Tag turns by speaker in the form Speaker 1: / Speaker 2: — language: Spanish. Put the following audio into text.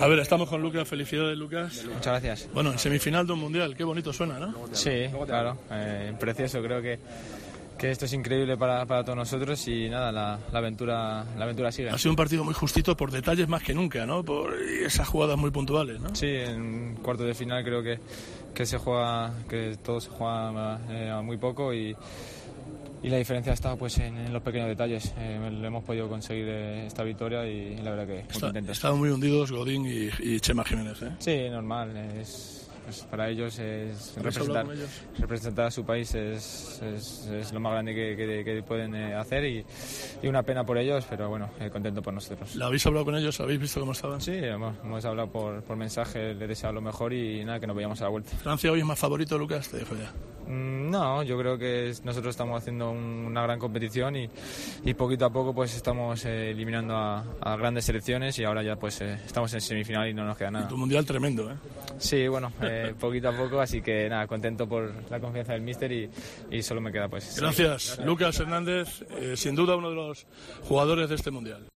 Speaker 1: A ver, estamos con Lucas. Felicidades, Lucas.
Speaker 2: Muchas gracias.
Speaker 1: Bueno, en semifinal de un mundial. Qué bonito suena, ¿no?
Speaker 2: Sí, claro. Eh, precioso, creo que, que esto es increíble para, para todos nosotros y nada, la, la aventura, la aventura sigue.
Speaker 1: Ha sido un partido muy justito por detalles más que nunca, ¿no? Por esas jugadas muy puntuales, ¿no?
Speaker 2: Sí, en cuartos de final creo que, que se juega, que todo se juega eh, a muy poco y, y la diferencia está pues en, en los pequeños detalles. Eh, lo hemos podido conseguir eh, esta victoria y, la verdad que muy
Speaker 1: Está-
Speaker 2: contentos.
Speaker 1: Estaban muy hundidos Godín y, y Chema Jiménez, ¿eh?
Speaker 2: Sí, normal. Es, pues, para ellos es
Speaker 1: ¿Habéis
Speaker 2: representar,
Speaker 1: hablado con ellos?
Speaker 2: representar a su país es, es- es lo más grande que, que- que pueden eh, hacer y, y una pena por ellos, pero bueno, eh, contento por nosotros.
Speaker 1: ¿La habéis hablado con ellos? ¿Habéis visto cómo estaban?
Speaker 2: Sí, hemos, hemos hablado por, por mensaje, les deseo lo mejor y nada, que nos veamos a la vuelta.
Speaker 1: Francia hoy es más favorito, Lucas. Te dejo ya.
Speaker 2: Mm, No, yo creo que es- nosotros estamos haciendo un- una gran competición y, y poquito a poco pues estamos eh, eliminando a, a grandes selecciones y ahora ya pues eh, estamos en semifinal y no nos queda nada.
Speaker 1: Tu mundial tremendo, ¿eh?
Speaker 2: Sí, bueno, eh, poquito a poco, así que nada, contento por la confianza del míster y, y solo me queda pues...
Speaker 1: Gracias, Lucas Hernández. eh, sin duda uno de los jugadores de este mundial.